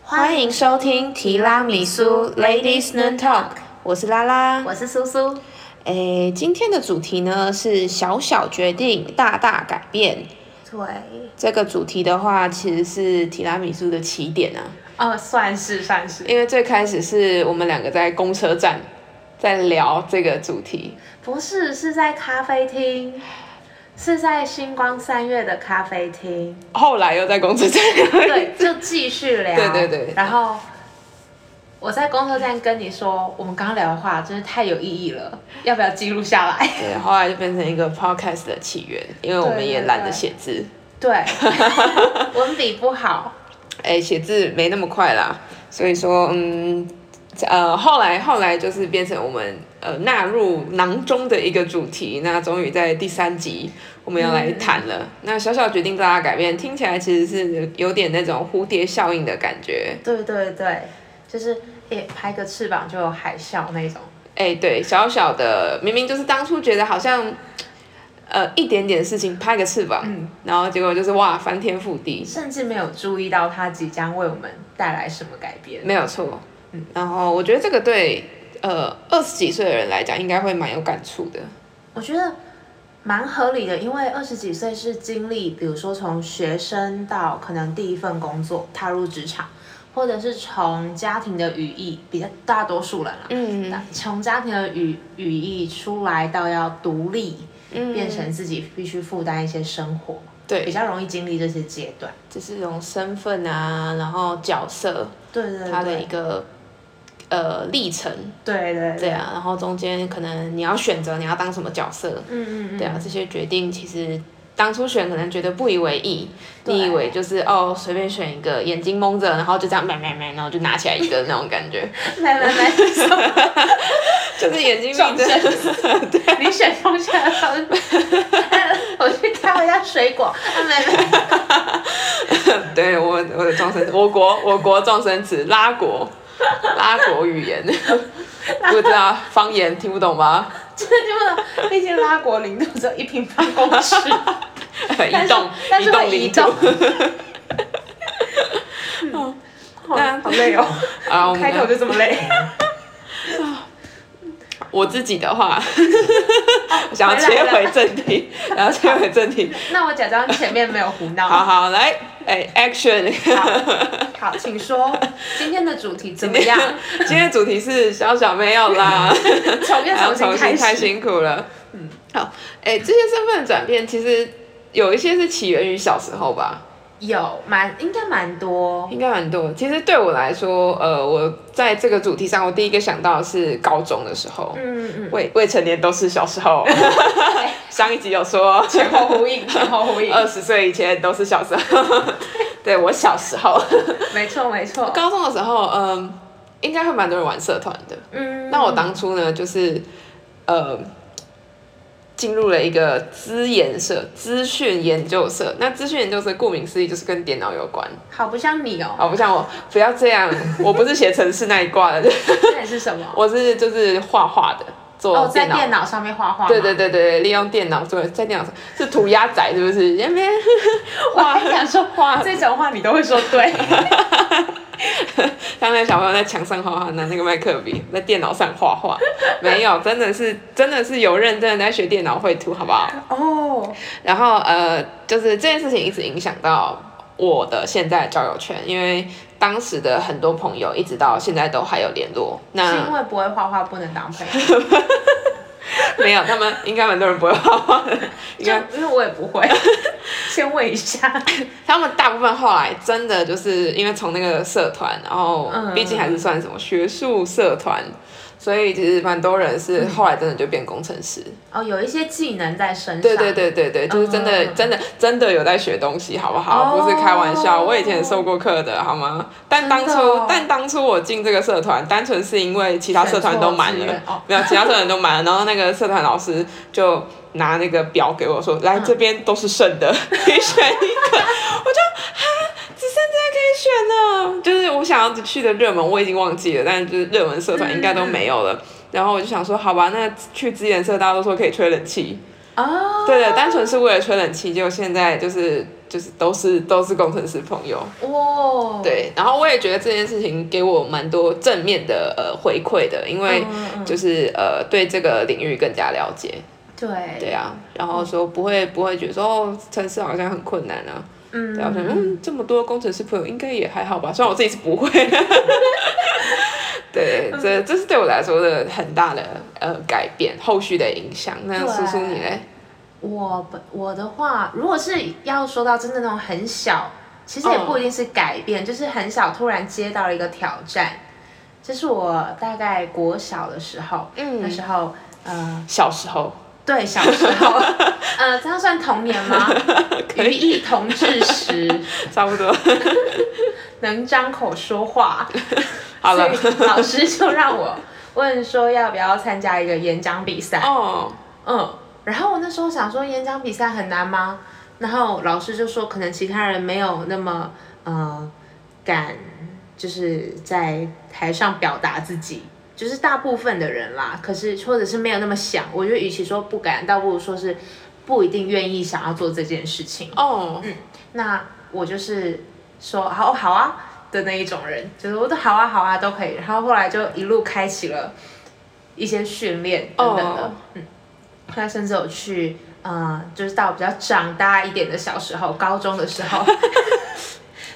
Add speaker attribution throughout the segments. Speaker 1: 欢迎收听提拉米苏 Ladies Noon Talk，我是拉拉。
Speaker 2: 我是苏苏。
Speaker 1: 诶，今天的主题呢是小小决定，大大改变。
Speaker 2: 对，
Speaker 1: 这个主题的话，其实是提拉米苏的起点啊，
Speaker 2: 哦，算是算是。
Speaker 1: 因为最开始是我们两个在公车站在聊这个主题，
Speaker 2: 不是，是在咖啡厅，是在星光三月的咖啡 厅。
Speaker 1: 后来又在公车站。
Speaker 2: 对，就继续聊。
Speaker 1: 对对对
Speaker 2: 然后我在公车站跟你说，我们刚刚聊的话真的太有意义了，要不要记录下 来？
Speaker 1: 对，后来就变成一个 podcast 的起源，因为我们也懒得写字，
Speaker 2: 对，文笔不好。
Speaker 1: 哎，写字没那么快啦，所以说，嗯，呃，后来后来就是变成我们呃纳入囊中的一个主题，那终于在第三集我们要来谈了。那小小决定大大改变，听起来其实是有点那种蝴蝶效应的感觉。
Speaker 2: 对对对，就是也拍个翅膀就有海啸那种。
Speaker 1: 哎，对，小小的明明就是当初觉得好像。呃，一点点事情拍个翅膀，然后结果就是哇，翻天覆地，
Speaker 2: 甚至没有注意到它即将为我们带来什么改变。
Speaker 1: 没有错。嗯然后我觉得这个对呃二十几岁的人来讲，应该会蛮有感触的。
Speaker 2: 我觉得蛮合理的，因为二十几岁是经历，比如说从学生到可能第一份工作踏入职场，或者是从家庭的羽翼，比较大多数人啦，
Speaker 1: 嗯
Speaker 2: 大从家庭的羽羽翼出来到要独立，变成自己必须负担一些生活，
Speaker 1: 嗯对
Speaker 2: 比较容易经历这些阶段。
Speaker 1: 就是一种身份啊，然后角色
Speaker 2: 对对对，
Speaker 1: 它的一个呃历程，
Speaker 2: 对对
Speaker 1: 对，啊，然后中间可能你要选择你要当什么角色，
Speaker 2: 嗯嗯嗯，
Speaker 1: 对啊，这些决定其实当初选可能觉得不以为意，
Speaker 2: 对
Speaker 1: 你以为就是哦随便选一个，眼睛蒙着，然后就这样咩咩咩，然后就拿起来一个那种感 觉，
Speaker 2: 来来来，
Speaker 1: 就是眼睛
Speaker 2: 撞
Speaker 1: 闭
Speaker 2: 针
Speaker 1: 着，，啊
Speaker 2: 你选风 扇，我去挑一下水果，啊，没没。
Speaker 1: 对我我的撞声，我国我国撞声词拉国。拉国语言，不知道方言听不懂吗？
Speaker 2: 这就是，毕竟拉国零度只有一平方公 尺，但
Speaker 1: 移
Speaker 2: 是
Speaker 1: 动，
Speaker 2: 但
Speaker 1: 移
Speaker 2: 是
Speaker 1: 动
Speaker 2: 会移
Speaker 1: 零
Speaker 2: 动嗯
Speaker 1: 度。。
Speaker 2: 好
Speaker 1: 那
Speaker 2: 好累哦，
Speaker 1: 啊，我们
Speaker 2: 开头就这么累。
Speaker 1: 我自己的话，
Speaker 2: 哦
Speaker 1: 我想要切回正题，然后切回正题。
Speaker 2: 那我假装前面没有胡闹。
Speaker 1: 好好来，哎，action！
Speaker 2: 好，好，请说今天的主题怎么样？
Speaker 1: 今天的主题是小小妹要啦，
Speaker 2: 从
Speaker 1: 然后
Speaker 2: 要
Speaker 1: 重
Speaker 2: 重
Speaker 1: 新
Speaker 2: 新
Speaker 1: 太
Speaker 2: 开始。
Speaker 1: 辛苦了。嗯，好，哎，这些身份的转变其实有一些是起源于小时候吧。
Speaker 2: 有蛮应该蛮多，
Speaker 1: 应该蛮多。其实对我来说，呃，我在这个主题上，我第一个想到的是高中的时候。
Speaker 2: 嗯嗯
Speaker 1: 未未成年都是小 时候，上一集有说
Speaker 2: 前后呼应，前后呼应，
Speaker 1: 二十岁以前都是小时 候。对我小时候，
Speaker 2: 没错没错。
Speaker 1: 高中的时候，嗯，应该会蛮多人玩社团的。
Speaker 2: 嗯，
Speaker 1: 那我当初呢，就是呃，进入了一个资研社，资讯研究社。那资讯研究社顾名思义就是跟电脑有关。
Speaker 2: 好不像你哦，
Speaker 1: 哦，不像我，不要这样，我不是写程式那一挂的，
Speaker 2: 那你是什么？
Speaker 1: 我是就是画画的，做
Speaker 2: 哦，在
Speaker 1: 电脑。
Speaker 2: 电脑上面画画吗。
Speaker 1: 对对对对，利用电脑做，在电脑上是涂鸦仔是不是？那边
Speaker 2: 我还想说，
Speaker 1: 画，
Speaker 2: 这种话你都会说对，
Speaker 1: 当然小朋友在墙上画画，拿那个麦克笔在电脑上画画，没有，真的是真的是有认真的在学电脑绘图，好不好？
Speaker 2: 哦，
Speaker 1: 然后呃，就是这件事情一直影响到我的现在的交友圈，因为当时的很多朋友一直到现在都还有联络。
Speaker 2: 是
Speaker 1: 那
Speaker 2: 因为不会画画不能当朋 友，
Speaker 1: 没有，他们应该蛮多人不会画画的，应该
Speaker 2: 就因为我也不 会，先问一下，
Speaker 1: 他们大部分后来真的就是因为从那个社团，然后
Speaker 2: 嗯
Speaker 1: 毕竟还是算什么学术社团，所以其实蛮多人是后来真的就变工程师。
Speaker 2: 哦，有一些技能在身上，
Speaker 1: 对对，对对对，就是真的
Speaker 2: 嗯
Speaker 1: 真的真的有在学东西，好不好？
Speaker 2: 哦
Speaker 1: 不是开玩笑，我以前也受过课的，好吗？但当
Speaker 2: 真的
Speaker 1: 初
Speaker 2: 哦
Speaker 1: 但当初我进这个社团，单纯是因为其他社团都满
Speaker 2: 选错志
Speaker 1: 了
Speaker 2: 愿哦，
Speaker 1: 没有其他社团都满了，然后那个社团老师就。拿那个表给我说，来
Speaker 2: 嗯
Speaker 1: 这边都是剩 的，你选一个。我就哈，只剩这个可以选了。就是我想要去的热门，我已经忘记了，但是就是热门社
Speaker 2: 嗯
Speaker 1: 团应该都没有了。然后我就想说，好吧，那去资源社，大家都说可以吹冷气，
Speaker 2: 哦，
Speaker 1: 对对，单纯是为了吹冷气，就现在就是就是都是都是工程师朋友，
Speaker 2: 哇，，
Speaker 1: 对，然后我也觉得这件事情给我蛮多正面的呃回馈的，因为
Speaker 2: 嗯嗯
Speaker 1: 就是呃对这个领域更加了解，
Speaker 2: 对，
Speaker 1: 对啊，然后说不会不会觉得说哦城市好像很困难啊，
Speaker 2: 嗯，
Speaker 1: 对啊，我想嗯这么多工程师朋友应该也还好吧，虽然我自己是 不会，对，
Speaker 2: 嗯
Speaker 1: 这这是对我来说的很大的呃改变，后续的影响。那
Speaker 2: 对
Speaker 1: 叔叔你嘞？
Speaker 2: 我本我的话，如果是要说到真的那种很小，其实也
Speaker 1: 嗯
Speaker 2: 不一定是改变，就是很小突然接到了一个挑战，这是我大概国小的时候，那时候，呃，
Speaker 1: 小时候
Speaker 2: 对，小时 候，呃，这样算童年吗？
Speaker 1: 可
Speaker 2: 于
Speaker 1: 以
Speaker 2: 一同志时，
Speaker 1: 差不多，
Speaker 2: 能张口说话，
Speaker 1: 好了，
Speaker 2: 所以老师就让我问说要不要参加一个演讲比赛，
Speaker 1: 哦，
Speaker 2: 嗯，然后我那时候想说演讲比赛很难吗？然后老师就说可能其他人没有那么呃敢，就是在台上表达自己，就是大部分的人啦，可是或者是没有那么想，我觉得与其说不敢，倒不如说是不一定愿意想要做这件事情。
Speaker 1: 哦，
Speaker 2: 那我就是说好好啊的那一种人，就是我都好啊好啊都可以。然后后来就一路开启了一些训练等等的
Speaker 1: 哦
Speaker 2: 嗯，那甚至有去。嗯，就是到比较长大一点的小时候，高中的时 候，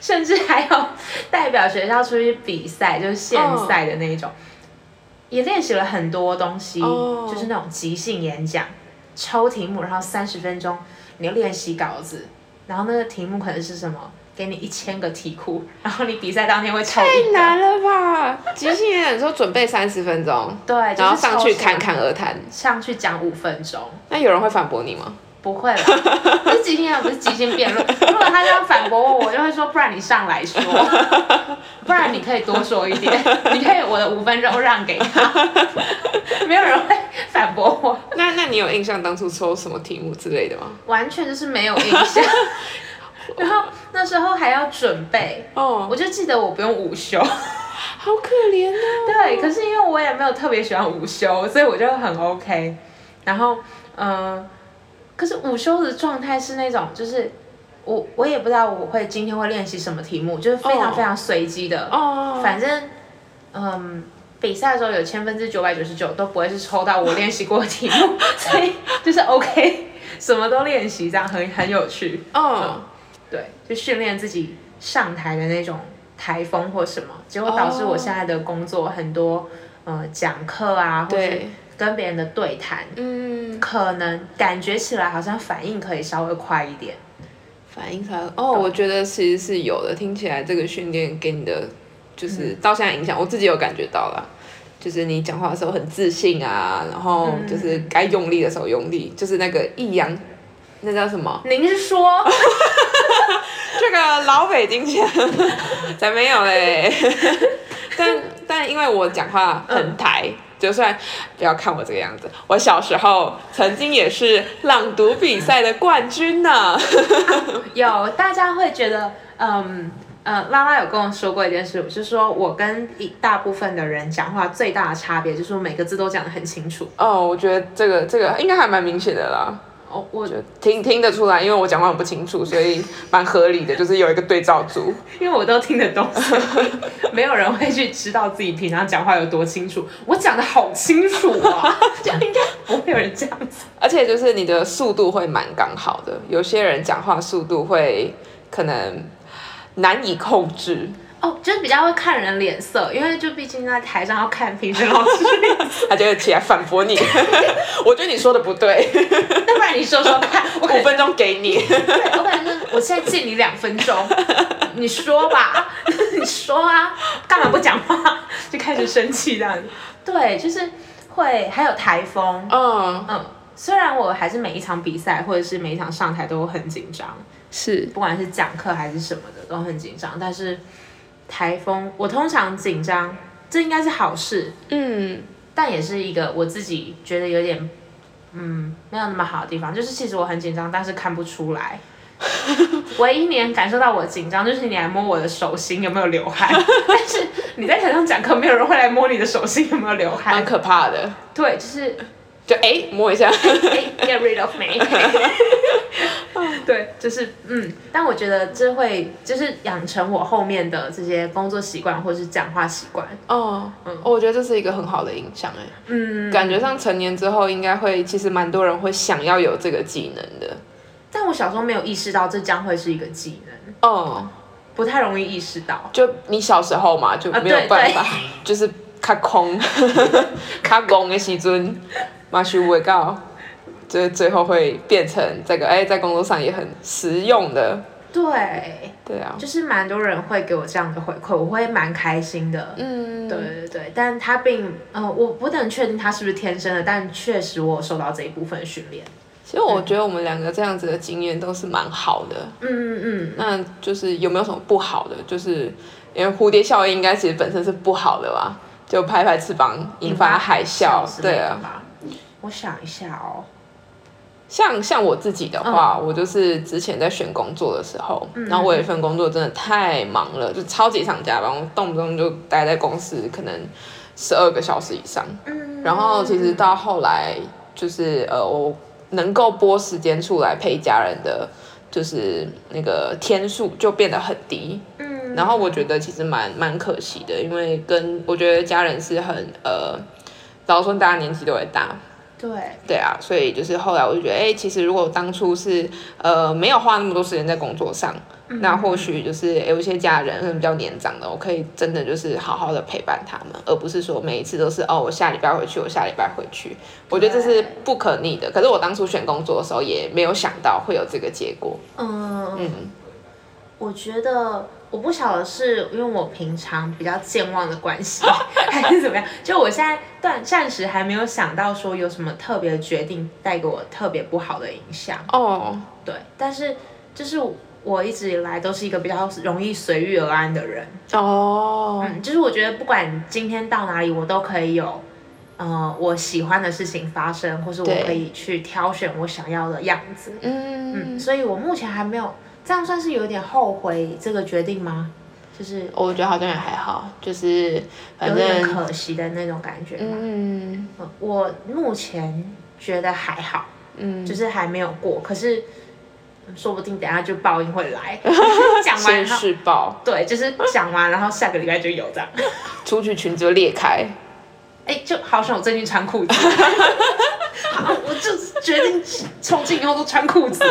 Speaker 2: 甚至还有代表学校出去比赛，就是县赛的那一种也练习了很多东西
Speaker 1: 哦
Speaker 2: 就是那种即兴演讲，抽题目，然后三十分钟你就练习稿子，然后那个题目可能是什么，给你一千个题库，然后你比赛当天会抽
Speaker 1: 太
Speaker 2: 一个，
Speaker 1: 难了吧？即兴演讲说准备三十分钟，
Speaker 2: 对，就是、
Speaker 1: 然后上去侃，侃而谈，
Speaker 2: 上去讲五分钟。
Speaker 1: 那有人会反驳你吗？
Speaker 2: 不会 啦，不是即兴演啊讲，不是即兴辩论。如果他这样反驳我，我就会说，不然你上来说，不然你可以多说一点，你可以我的五分钟让给他， 没有人会反驳我。
Speaker 1: 那那你有印象当初抽什么题目之类的吗？
Speaker 2: 完全就是没有印象。 然后那时候还要准备，
Speaker 1: 哦，
Speaker 2: 我就记得我不用午休。
Speaker 1: 好可怜哦。
Speaker 2: 对，可是因为我也没有特别喜欢午休，所以我就很 OK。然后，嗯、可是午休的状态是那种，就是我我也不知道我会今天会练习什么题目，就是非常
Speaker 1: 哦
Speaker 2: 非常随机的。
Speaker 1: 哦，
Speaker 2: 反正，嗯，比赛的时候有千分之九百九十九都不会是抽到我练习过的题目， 所以就是 OK，什么都练习，这样很很有趣。
Speaker 1: 哦，
Speaker 2: 对，就训练自己上台的那种台风或什么，结果导致我现在的工作很多，呃，讲课啊，或是
Speaker 1: 对，
Speaker 2: 跟别人的对谈，
Speaker 1: 嗯，
Speaker 2: 可能感觉起来好像反应可以稍微快一点。
Speaker 1: 反应才哦，我觉得其实是有的。听起来这个训练给你的，就是到现在影响，我自己有感觉到啦。就是你讲话的时候很自信啊，然后
Speaker 2: 嗯
Speaker 1: 就是该用力的时候用力，就是那个抑扬，那叫什 么？
Speaker 2: 您是说
Speaker 1: 这个老北京腔才没有 嘞。但但因为我讲话很台，就算不要看我这个样子，我小时候曾经也是朗读比赛的冠军呢。
Speaker 2: 有大家会觉得，嗯呃，拉拉有跟我说过一件事，就是说我跟一大部分的人讲话最大的差别就是我每个字都讲得很清楚。
Speaker 1: 哦，我觉得这个这个应该还蛮明显的啦。
Speaker 2: 哦，我
Speaker 1: 就听听得出来，因为我讲话很不清楚，所以蛮合理的，就是有一个对照组。
Speaker 2: 因为我都听得懂，所 以没有人会去知道自己平常讲话有多清楚。我讲的好清楚 啊，就应该不会有人这样子。
Speaker 1: 而且就是你的速度会蛮刚好的，有些人讲话速度会可能难以控制，
Speaker 2: 哦，就是比较会看人脸色，因为就毕竟在台上要看评审老师 脸色，
Speaker 1: 他就会起来反驳 你。我觉得你说的不对，
Speaker 2: 要不然你说说看，我可
Speaker 1: 五
Speaker 2: 能
Speaker 1: 分钟给你。
Speaker 2: 对，我本来就是我现在借你两分钟， 你说吧， 你说啊，干嘛不讲话？就开始生气这样子。对，就是会还有台风，
Speaker 1: 嗯，
Speaker 2: 嗯，虽然我还是每一场比赛或者是每一场上台都很紧张，
Speaker 1: 是
Speaker 2: 不管是讲课还是什么的都很紧张，但是台风我通常紧张，这应该是好事，
Speaker 1: 嗯，
Speaker 2: 但也是一个我自己觉得有点。嗯，没有那么好的地方，就是其实我很紧张，但是看不出来。唯一你能感受到我紧张，就是你来摸我的手心有没有流汗，但是
Speaker 1: 啊
Speaker 2: 你在台上讲课，没有人会来摸你的手心有没有流汗
Speaker 1: 蛮。可怕的。
Speaker 2: 对，就是
Speaker 1: 就哎摸一下，
Speaker 2: 哎，get rid of me 对，就是嗯，但我觉得这会就是养成我后面的这些工作习惯或是讲话习惯。
Speaker 1: 哦，我觉得这是一个很好的影响哎，
Speaker 2: 嗯，
Speaker 1: 感觉上成年之后应该会，其实蛮多人会想要有这个技能的，
Speaker 2: 但我小时候没有意识到这将会是一个技能，
Speaker 1: 哦，
Speaker 2: 不太容易意识到。
Speaker 1: 就你小时候嘛，就没有办法，就是卡 空，卡空的时阵，马修维告，就是最后会变成这个哎、在工作上也很实用的，
Speaker 2: 对，
Speaker 1: 对啊，
Speaker 2: 就是蛮多人会给我这样的回馈，我会蛮开心的。
Speaker 1: 嗯，
Speaker 2: 对对对，但他并呃，我不能确定他是不是天生的，但确实我有受到这一部分训练。
Speaker 1: 其实我觉得我们两个这样子的经验都是蛮好的，
Speaker 2: 嗯嗯嗯，
Speaker 1: 那就是有没有什么不好的？就是因为蝴蝶效应应该其实本身是不好的吧，就拍拍翅膀引发海啸，对啊。
Speaker 2: 吧？我想一下哦，
Speaker 1: 像像我自己的话，
Speaker 2: 嗯
Speaker 1: 我就是之前在选工作的时候，然后我有一份工作真的太忙了，就超级常加班，我动不动就待在公司可能十二个小时以上。
Speaker 2: 嗯，
Speaker 1: 然后其实到后来就是呃，我能够拨时间出来陪家人的，就是那个天数就变得很低。
Speaker 2: 嗯，
Speaker 1: 然后我觉得其实蛮蛮可惜的，因为跟我觉得家人是很呃，老实说大家年纪都会大，
Speaker 2: 对，
Speaker 1: 对啊，所以就是后来我就觉得，哎、其实如果当初是呃没有花那么多时间在工作上，那或许就是诶有一些家人可能比较年长的，我可以真的就是好好的陪伴他们，而不是说每一次都是哦我下礼拜回去，我下礼拜回去。我觉得这是
Speaker 2: 对
Speaker 1: 不可逆的。可是我当初选工作的时候也没有想到会有这个结果。
Speaker 2: 嗯，
Speaker 1: 嗯，
Speaker 2: 我觉得我不晓得是因为我平常比较健忘的关系， 还是怎么样？就我现在断暂时还没有想到说有什么特别的决定带给我特别不好的影响。
Speaker 1: 哦，
Speaker 2: 对，但是就是我一直以来都是一个比较容易随遇而安的人，
Speaker 1: 哦，
Speaker 2: 嗯，就是我觉得不管今天到哪里，我都可以有，呃，我喜欢的事情发生，或是我
Speaker 1: 对
Speaker 2: 可以去挑选我想要的样子，嗯，
Speaker 1: 嗯，
Speaker 2: 所以我目前还没有，这样算是有点后悔这个决定吗？就是
Speaker 1: 我觉得好像也还好，就是反
Speaker 2: 有点
Speaker 1: 正
Speaker 2: 可惜的那种感觉吗？
Speaker 1: 嗯
Speaker 2: 嗯我目前觉得还好，
Speaker 1: 嗯，
Speaker 2: 就是还没有过，可是嗯说不定等一下就报应会 来，讲完
Speaker 1: 先
Speaker 2: 然后
Speaker 1: 试爆，
Speaker 2: 对，就是讲完，然后下个礼拜就有这样。
Speaker 1: 出去裙子就裂开。
Speaker 2: 哎、就好想我最近穿裤子， 好我就决定从今以后都穿裤 子，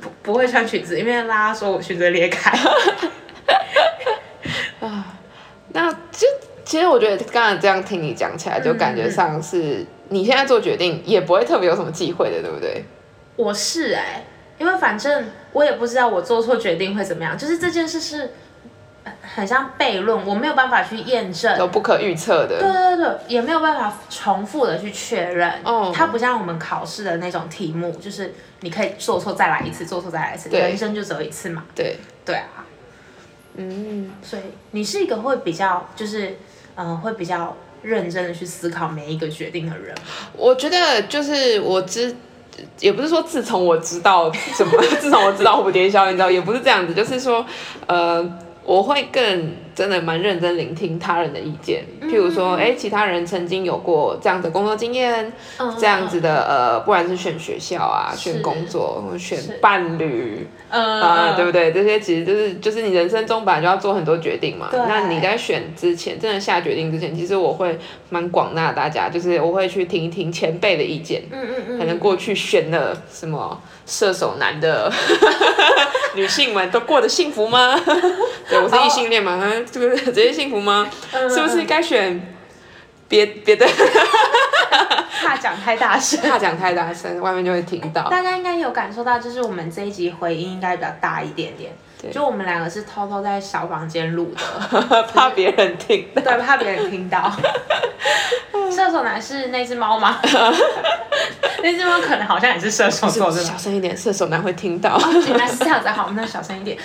Speaker 2: 不不会穿裙子，因为拉拉说我裙子裂开。
Speaker 1: 那就其实我觉得刚才这样听你讲起来，就感
Speaker 2: 嗯
Speaker 1: 觉上是你现在做决定也不会特别有什么忌讳的，对不对？
Speaker 2: 我是哎、因为反正我也不知道我做错决定会怎么样，就是这件事是呃很像悖论，我没有办法去验证。
Speaker 1: 都不可预测
Speaker 2: 对
Speaker 1: 的。
Speaker 2: 对对，也没有办法重复的去确认。
Speaker 1: 哦
Speaker 2: 它不像我们考试的那种题目，就是你可以做错再来一次，做错再来一次，
Speaker 1: 对
Speaker 2: 人生就只有一次嘛。
Speaker 1: 对，
Speaker 2: 对啊，
Speaker 1: 嗯，
Speaker 2: 所以你是一个会比较，就是呃，会比较认真的去思考每一个决定的人吗。
Speaker 1: 我觉得就是我知。也不是说自从我知道什 么，自从我知道蝴蝶效应之后，也不是这样子，就是说，呃，我会更真的蛮认真聆听他人的意见，譬如说，哎、其他人曾经有过这样的工作经验，
Speaker 2: 嗯
Speaker 1: 这样子，的，呃，不管是选学校啊，
Speaker 2: 是
Speaker 1: 选工作，或者选
Speaker 2: 是
Speaker 1: 伴侣，
Speaker 2: 嗯
Speaker 1: 啊，对不
Speaker 2: 对？
Speaker 1: 对？这些其实就是就是你人生中本来就要做很多决定嘛。
Speaker 2: 对
Speaker 1: 那你在选之前，真的下决定之前，其实我会蛮广纳大家，就是我会去听一听前辈的意见。
Speaker 2: 嗯嗯嗯，
Speaker 1: 可能过去选了什么射手男的 女性们都过得幸 福吗？对我是异性恋嘛， 啊这个直接幸福吗？
Speaker 2: 嗯
Speaker 1: 是不是该选别别的？
Speaker 2: 怕讲太大声？
Speaker 1: 怕讲太大声，外面就会听到。
Speaker 2: 大家应该有感受到，就是我们这一集回音应该比较大一点点。就我们两个是偷偷在小房间录 的，
Speaker 1: 怕别人听到。
Speaker 2: 对，怕别人听到。 射手男是那只猫吗？那只猫可能好像也是射手座的吧
Speaker 1: 小。声一点，射手男会听到。
Speaker 2: 原来是这样子，好，我们那小声 一点，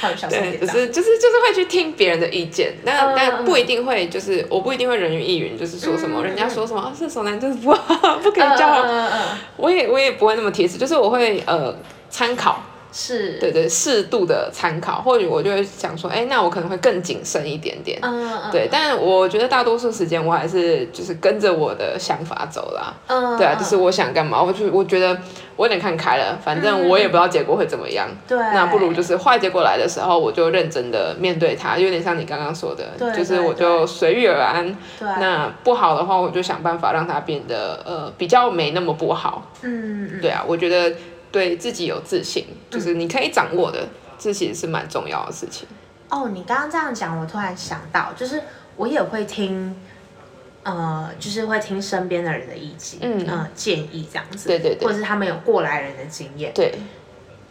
Speaker 2: 好，小声一
Speaker 1: 对，
Speaker 2: 点。
Speaker 1: 就、是就是就是会去听别人的意见，那
Speaker 2: 嗯
Speaker 1: 但不一定会就是我不一定会人云亦云，就是说什么、
Speaker 2: 嗯
Speaker 1: 人家说什么啊射手男就是不好，不可以
Speaker 2: 嗯
Speaker 1: 交往，
Speaker 2: 嗯嗯嗯，
Speaker 1: 我也我也不会那么铁齿，就是我会呃参考，
Speaker 2: 是，
Speaker 1: 对对，适度的参考，或许我就会想说，哎，那我可能会更谨慎一点点。
Speaker 2: 嗯嗯，
Speaker 1: 对，但我觉得大多数时间我还是就是跟着我的想法走啦。
Speaker 2: 嗯，
Speaker 1: 对啊，就是我想干嘛，我就我觉得我有点看开了，反
Speaker 2: 嗯
Speaker 1: 正我也不知道结果会怎么样。
Speaker 2: 对，
Speaker 1: 那不如就是坏结果来的时候，我就认真的面对它，有点像你刚刚说的，
Speaker 2: 对
Speaker 1: 就是
Speaker 2: 对
Speaker 1: 我就随遇而安。
Speaker 2: 对，啊
Speaker 1: 那不好的话，我就想办法让它变得呃比较没那么不好。
Speaker 2: 嗯嗯嗯
Speaker 1: 对啊，我觉得对自己有自信，就是你可以掌握的，这其实是蛮重要的事情。
Speaker 2: 哦，你刚刚这样讲，我突然想到，就是我也会听，呃，就是会听身边的人的意见，
Speaker 1: 嗯
Speaker 2: 呃建议这样子，
Speaker 1: 对对对
Speaker 2: 或者是他们有过来人的经验。
Speaker 1: 对，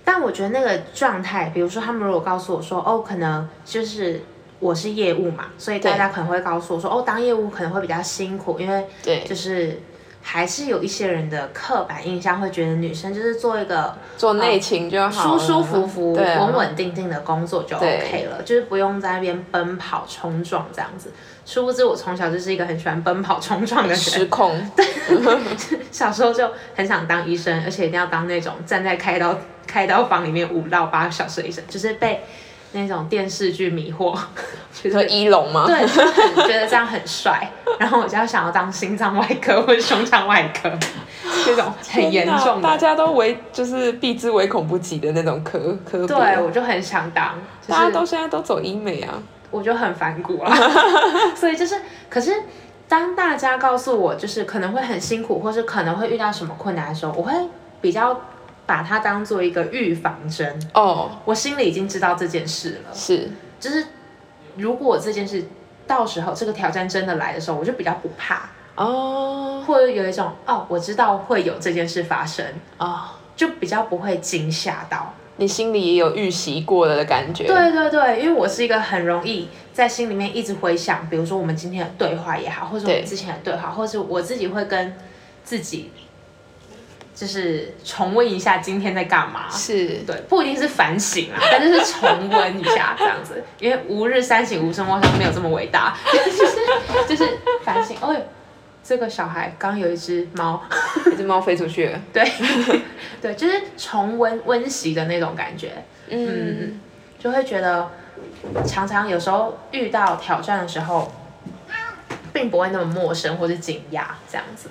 Speaker 2: 但我觉得那个状态，比如说他们如果告诉我说，哦，可能就是我是业务嘛，所以大家可能会告诉我说，哦，当业务可能会比较辛苦，因为
Speaker 1: 对
Speaker 2: 就是还是有一些人的刻板印象会觉得女生就是做一个
Speaker 1: 做内勤就
Speaker 2: 舒
Speaker 1: 好了，
Speaker 2: 舒服服、
Speaker 1: 哦对啊
Speaker 2: 稳稳定定的工作就
Speaker 1: 对
Speaker 2: OK 了，就是不用在那边奔跑冲撞这样子。殊不知我从小就是一个很喜欢奔跑冲撞的
Speaker 1: 失
Speaker 2: 人，
Speaker 1: 控。
Speaker 2: 小时候就很想当医生，而且一定要当那种站在开刀开刀房里面五到八个小时的医生，就是被那种电视剧迷 惑，就
Speaker 1: 你说
Speaker 2: 是。
Speaker 1: 一龙吗？
Speaker 2: 对，就很觉得这样很帅，然后我就要想要当心脏外科或者胸腔外科，这种很严
Speaker 1: 天哪
Speaker 2: 重的。
Speaker 1: 大家都唯就是避之唯恐不及的那种科科别。
Speaker 2: 对，我就很想当，就是、
Speaker 1: 大家都现在都走医美啊，
Speaker 2: 我就很反骨啊。所以就是，可是当大家告诉我就是可能会很辛苦，或是可能会遇到什么困难的时候，我会比较把它当做一个预防针。
Speaker 1: 哦，
Speaker 2: 我心里已经知道这件事了，
Speaker 1: 是，
Speaker 2: 就是如果这件事到时候这个挑战真的来的时候，我就比较不怕，
Speaker 1: 哦，
Speaker 2: 或者有一种哦，我知道会有这件事发生，
Speaker 1: 哦，
Speaker 2: 就比较不会惊吓到。
Speaker 1: 你心里也有预习过了的感觉，，
Speaker 2: 对啊对对，因为我是一个很容易在心里面一直回想，比如说我们今天的对话也好，或者我
Speaker 1: 对
Speaker 2: 们之前的对话，或者我自己会跟自己就是重温一下今天在干嘛。
Speaker 1: 是，
Speaker 2: 对，不一定是反省啊， 但就是重温一下这样子，因为吾日三省吾身，我好像没有这么伟大， 就是就是反省。哦，这个小孩刚有一只猫，
Speaker 1: 一只猫飞出去了，
Speaker 2: 对对，就是重温温习的那种感觉。
Speaker 1: 嗯，
Speaker 2: 就会觉得常常有时候遇到挑战的时候，并不会那么陌生或是惊讶这样子。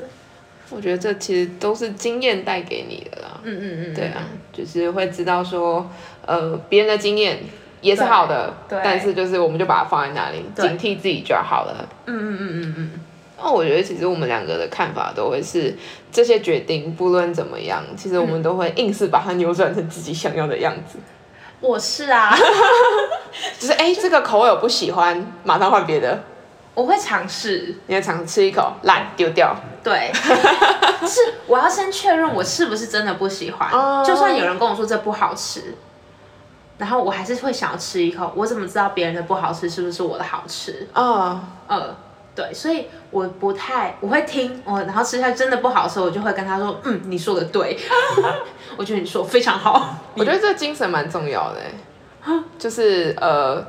Speaker 1: 我觉得这其实都是经验带给你的啦，
Speaker 2: 嗯嗯嗯，
Speaker 1: 对啊，就是会知道说，呃，别人的经验也是好的，
Speaker 2: 对对
Speaker 1: 但是就是我们就把它放在那里，
Speaker 2: 对
Speaker 1: 警惕自己就好了。
Speaker 2: 嗯嗯嗯嗯嗯，
Speaker 1: 那我觉得其实我们两个的看法都会是，这些决定不论怎么样，其实我
Speaker 2: 嗯
Speaker 1: 们都会硬是把它扭转成自己想要的样子。
Speaker 2: 我是啊，
Speaker 1: 就是哎、这个口味我不喜欢，马上换别的。
Speaker 2: 我会尝试。
Speaker 1: 你也常吃一口，烂丢掉。
Speaker 2: 对，是我要先确认我是不是真的不喜欢。
Speaker 1: 哦
Speaker 2: 就算有人跟我说这不好吃，然后我还是会想要吃一口。我怎么知道别人的不好吃是不是我的好吃？
Speaker 1: 啊、
Speaker 2: 呃，对，所以我不太，我会听我，然后吃下去真的不好的时候，我就会跟他说，嗯，你说的 对，我觉得你说得非常好。
Speaker 1: 我觉得这精神蛮重要的、欸就是呃，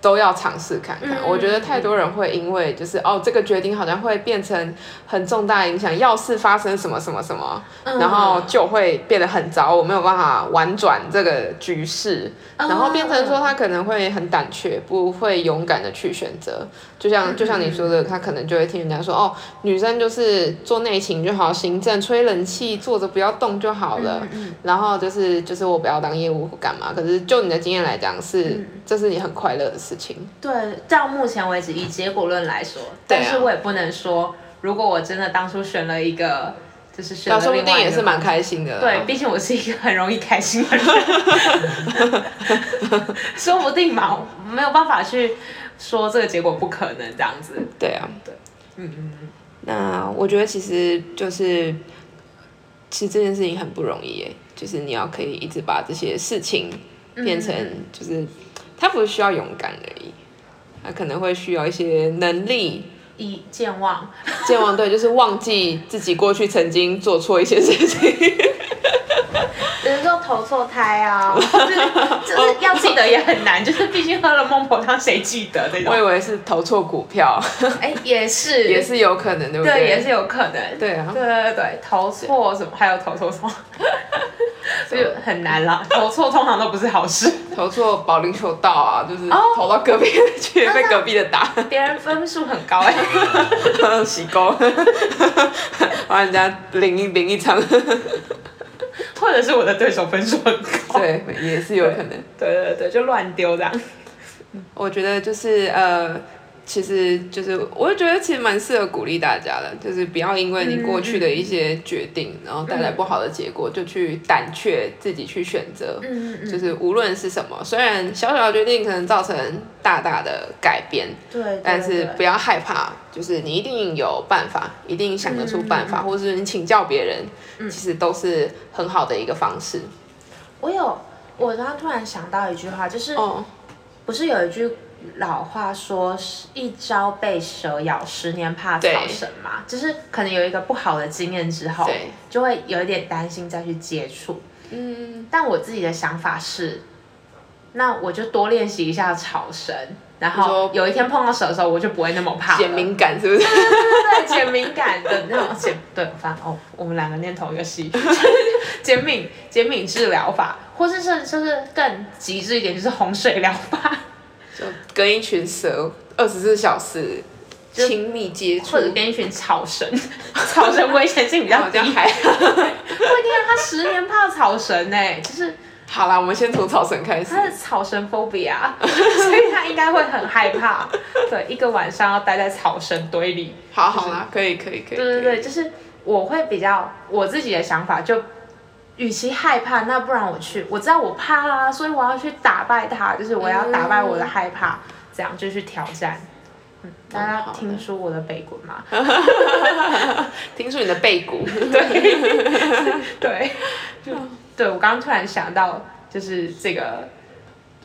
Speaker 1: 都要尝试看看。
Speaker 2: 嗯
Speaker 1: 我觉得太多人会因为就是哦，这个决定好像会变成很重大影响，要是发生什么什么什么，
Speaker 2: 嗯
Speaker 1: 然后就会变得很糟，我没有办法婉转这个局势，
Speaker 2: 哦
Speaker 1: 然后变成说他可能会很胆怯，不会勇敢的去选择。就
Speaker 2: 嗯
Speaker 1: 像就像你说的，他可能就会听人家说，哦，女生就是做内勤就好，行政吹冷气，坐着不要动就好了。
Speaker 2: 嗯
Speaker 1: 然后就是就是我不要当业务或干嘛。可是就你的经验来讲，
Speaker 2: 嗯
Speaker 1: 是这是你很快乐的事情。
Speaker 2: 对，到目前为止以结果论来说，
Speaker 1: 对啊
Speaker 2: 但是我也不能说，如果我真的当初选了一个，就是选
Speaker 1: 那
Speaker 2: 了
Speaker 1: 说不
Speaker 2: 另
Speaker 1: 定
Speaker 2: 外一
Speaker 1: 也
Speaker 2: 个
Speaker 1: 是蛮开心的啦。
Speaker 2: 对，毕竟我是一个很容易开心的 人，说不定嘛，我没有办法去说这个结果不可能这样子。
Speaker 1: 对啊，对，嗯嗯嗯。那我觉得其实就是，其实这件事情很不容易耶，就是你要可以一直把这些事情变成，就是它不是需要勇敢而已，它可能会需要一些能力。
Speaker 2: 以健忘，
Speaker 1: 健忘 对，就是忘记自己过去曾经做错一些事 情。
Speaker 2: 有人说投错胎啊，就是就是要记得也很难，就是毕竟喝了孟婆汤，谁记得这
Speaker 1: 我以
Speaker 2: 种？
Speaker 1: 为是投错股 票，
Speaker 2: 哎、也是，
Speaker 1: 也，是有可能，对不
Speaker 2: 对，
Speaker 1: 对？
Speaker 2: 也是有可能。
Speaker 1: 对啊
Speaker 2: 对对对，投错什么，还有投错什么？所以很难啦。投错通常都不是好事。
Speaker 1: 投错保龄球道啊，就是
Speaker 2: 哦
Speaker 1: 投到隔壁的去，
Speaker 2: 那
Speaker 1: 被隔壁的打，
Speaker 2: 别人分数很高哎、
Speaker 1: 洗钩，把人家淋一淋一场，
Speaker 2: 或者是我的对手分数很高。
Speaker 1: 对，也是有可能。
Speaker 2: 对对对，就乱丢这样。
Speaker 1: 我觉得就是呃，其实就是，我就觉得其实蛮适合鼓励大家的，就是不要因为你过去的一些决定，然后带来不好的结果，就去胆怯自己去选择。
Speaker 2: 嗯嗯，
Speaker 1: 就是无论是什么，虽然小小的决定可能造成大大的改变，
Speaker 2: 对对
Speaker 1: 但是
Speaker 2: 对
Speaker 1: 不要害怕，就是你一定有办法，一定想得出办
Speaker 2: 嗯
Speaker 1: 法，或者是你请教别人，其实都是很好的一个方式。
Speaker 2: 我有，我刚刚突然想到一句话，就是、
Speaker 1: 哦，
Speaker 2: 不是有一句老话说“一朝被蛇咬，十年怕草绳”嘛？就是可能有一个不好的经验之后
Speaker 1: 对，
Speaker 2: 就会有一点担心再去接触。
Speaker 1: 嗯，
Speaker 2: 但我自己的想法是，那我就多练习一下草绳，然后
Speaker 1: 你说
Speaker 2: 有一天碰到蛇的时候，我就不会那么怕了。
Speaker 1: 减敏感是不是？
Speaker 2: 对减敏感的那种减，对，反正哦，我们两个念同一个 系，减敏减敏治疗法，或是甚甚至更极致一点，就是洪水疗法，
Speaker 1: 就跟一群蛇二十四小时亲密接触
Speaker 2: 或，者跟一群草神， 草神危险性比较
Speaker 1: 好
Speaker 2: 低，
Speaker 1: 像还好。
Speaker 2: 不一定啊，他十年怕草神呢、就是
Speaker 1: 好啦，我们先从草绳开始。
Speaker 2: 他是草神 phobia，所以他应该会很害怕，对，一个晚上要待在草神堆里，
Speaker 1: 好好啦，可以可以可
Speaker 2: 对
Speaker 1: 以。
Speaker 2: 对
Speaker 1: 可以，
Speaker 2: 对，就是我会比较我自己的想法就。与其害怕，那不然我去，我知道我怕啦、所以我要去打败它，就是我要打败我的害怕，这样就去挑战。嗯，大
Speaker 1: 蛮
Speaker 2: 家
Speaker 1: 好的
Speaker 2: 听说我的北滚吗？
Speaker 1: 听说你的背骨，
Speaker 2: 对，就对我刚刚突然想到，就是这个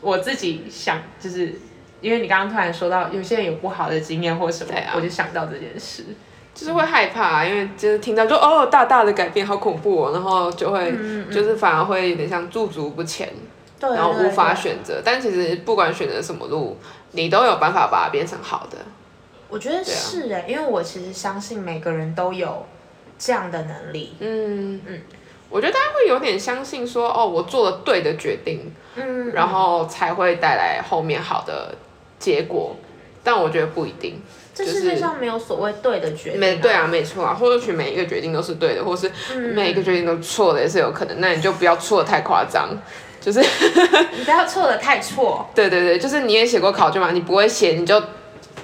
Speaker 2: 我自己想，就是因为你刚刚突然说到有些人有不好的经验或什么，
Speaker 1: 对啊
Speaker 2: 我就想到这件事。
Speaker 1: 就是会害怕、因为就是听到就哦大大的改变，好恐怖哦，然后就会、
Speaker 2: 嗯
Speaker 1: 就是反而会有点像驻足不前，
Speaker 2: 对，
Speaker 1: 然后无法选择。但其实不管选择什么路，你都有办法把它变成好的。
Speaker 2: 我觉得
Speaker 1: 对啊
Speaker 2: 是哎、因为我其实相信每个人都有这样的能力。
Speaker 1: 嗯嗯，我觉得大家会有点相信说，哦，我做了对的决定，
Speaker 2: 嗯，
Speaker 1: 然后才会带来后面好的结果。但我觉得不一定，
Speaker 2: 这
Speaker 1: 就
Speaker 2: 世界
Speaker 1: 是
Speaker 2: 上没有所谓对的决定、
Speaker 1: 没对，啊，没错啊，或许每一个决定都是对的，或是
Speaker 2: 嗯
Speaker 1: 每一个决定都错的也是有可能。那你就不要错的太夸张，就是
Speaker 2: 你不要错的太 错，
Speaker 1: 对对对，就是你也写过考卷嘛，你不会写你就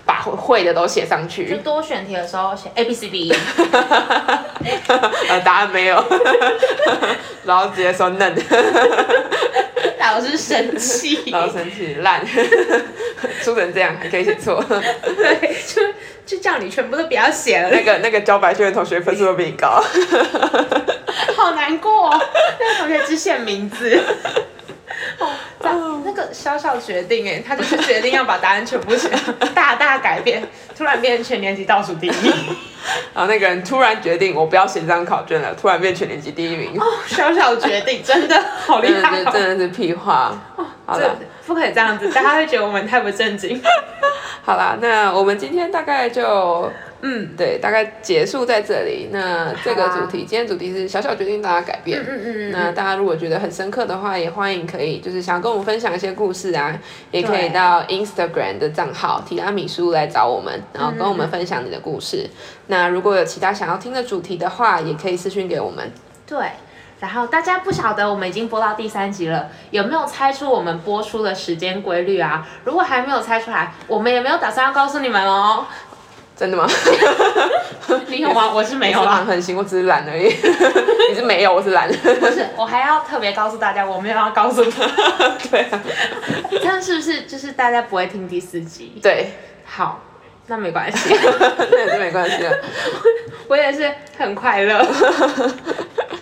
Speaker 1: 把会会的都写上
Speaker 2: 就
Speaker 1: 去，
Speaker 2: 多选题的时候写 A B C D，E
Speaker 1: 呃，答案没有， 然后直接说嫩，
Speaker 2: 老师生气，
Speaker 1: 然后生气烂， 出成这样还可以写错。
Speaker 2: 对，就就叫你全部都不要写了，
Speaker 1: 那个那个交白卷的同学分数都比你高，
Speaker 2: 好难过、哦，那个同学只写名字。 哦，这样那个小小决定哎，他就是决定要把答案全 部写，大大改变，突然变成全年级倒数第一。
Speaker 1: 然后那个人突然决定我不要写这张考卷了，突然变全年级第一名，
Speaker 2: 小小决定真的好厉
Speaker 1: 真的
Speaker 2: 害、
Speaker 1: 是
Speaker 2: 哦，
Speaker 1: 真的是屁话。好
Speaker 2: 这
Speaker 1: 了
Speaker 2: 不可以这样子，大家会觉得我们太不正经。
Speaker 1: 好啦，那我们今天大概就。嗯，对，大概结束在这里。那这个
Speaker 2: 好啊
Speaker 1: 主题，今天主题是小小决定，大家改变。
Speaker 2: 嗯
Speaker 1: 那大家如果觉得很深刻的话，也欢迎可以就是想要跟我们分享一些故事啊，也可
Speaker 2: 对
Speaker 1: 以到 Instagram 的账号提拉米苏来找我们，然后跟我
Speaker 2: 嗯
Speaker 1: 们分享你的故事。那如果有其他想要听的主题的话，也可以私讯给我们。
Speaker 2: 对。然后大家不晓得我们已经播到第三集了，有没有猜出我们播出的时间规律啊？如果还没有猜出来，我们也没有打算要告诉你们哦。
Speaker 1: 真的吗？
Speaker 2: 你有吗？我是没有
Speaker 1: 我是
Speaker 2: 啦
Speaker 1: 蛮。狠心，我只是懒而已。你是没有，我是懒。
Speaker 2: 不是，我还要特别告诉大家，我没有要告诉他，
Speaker 1: 对啊，
Speaker 2: 这样是不是就是大家不会听第四集？
Speaker 1: 对，
Speaker 2: 好，那没关 系，
Speaker 1: 那也是没关系的。
Speaker 2: 我也是很快乐。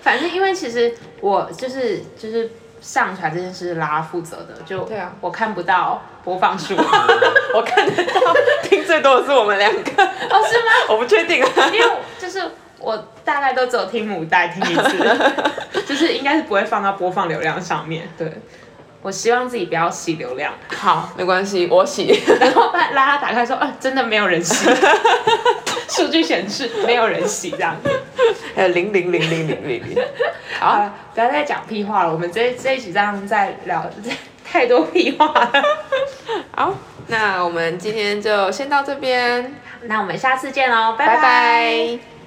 Speaker 2: 反正因为其实我就是就是上传这件事是拉拉负责的，就
Speaker 1: 对啊
Speaker 2: 我看不到播放 数。
Speaker 1: 我看得到，听最多的是我们两个，
Speaker 2: 哦，是吗？
Speaker 1: 我不确定啊。
Speaker 2: 因为就是我大概都只有听母带听一 次，就是应该是不会放到播放流量上面。对，我希望自己不要洗流量。
Speaker 1: 好，没关系，我洗。
Speaker 2: 然后把拉拉 打开说，啊，真的没有人洗，数据显示没有人洗这样子。
Speaker 1: 还有零零零零零零零。
Speaker 2: 好
Speaker 1: 好，
Speaker 2: 了，不要再讲屁话了，我们这这一集这样再聊，太多屁话了。
Speaker 1: 好，那我们今天就先到这边，
Speaker 2: 那我们下次见喽，拜
Speaker 1: 拜
Speaker 2: 拜
Speaker 1: 拜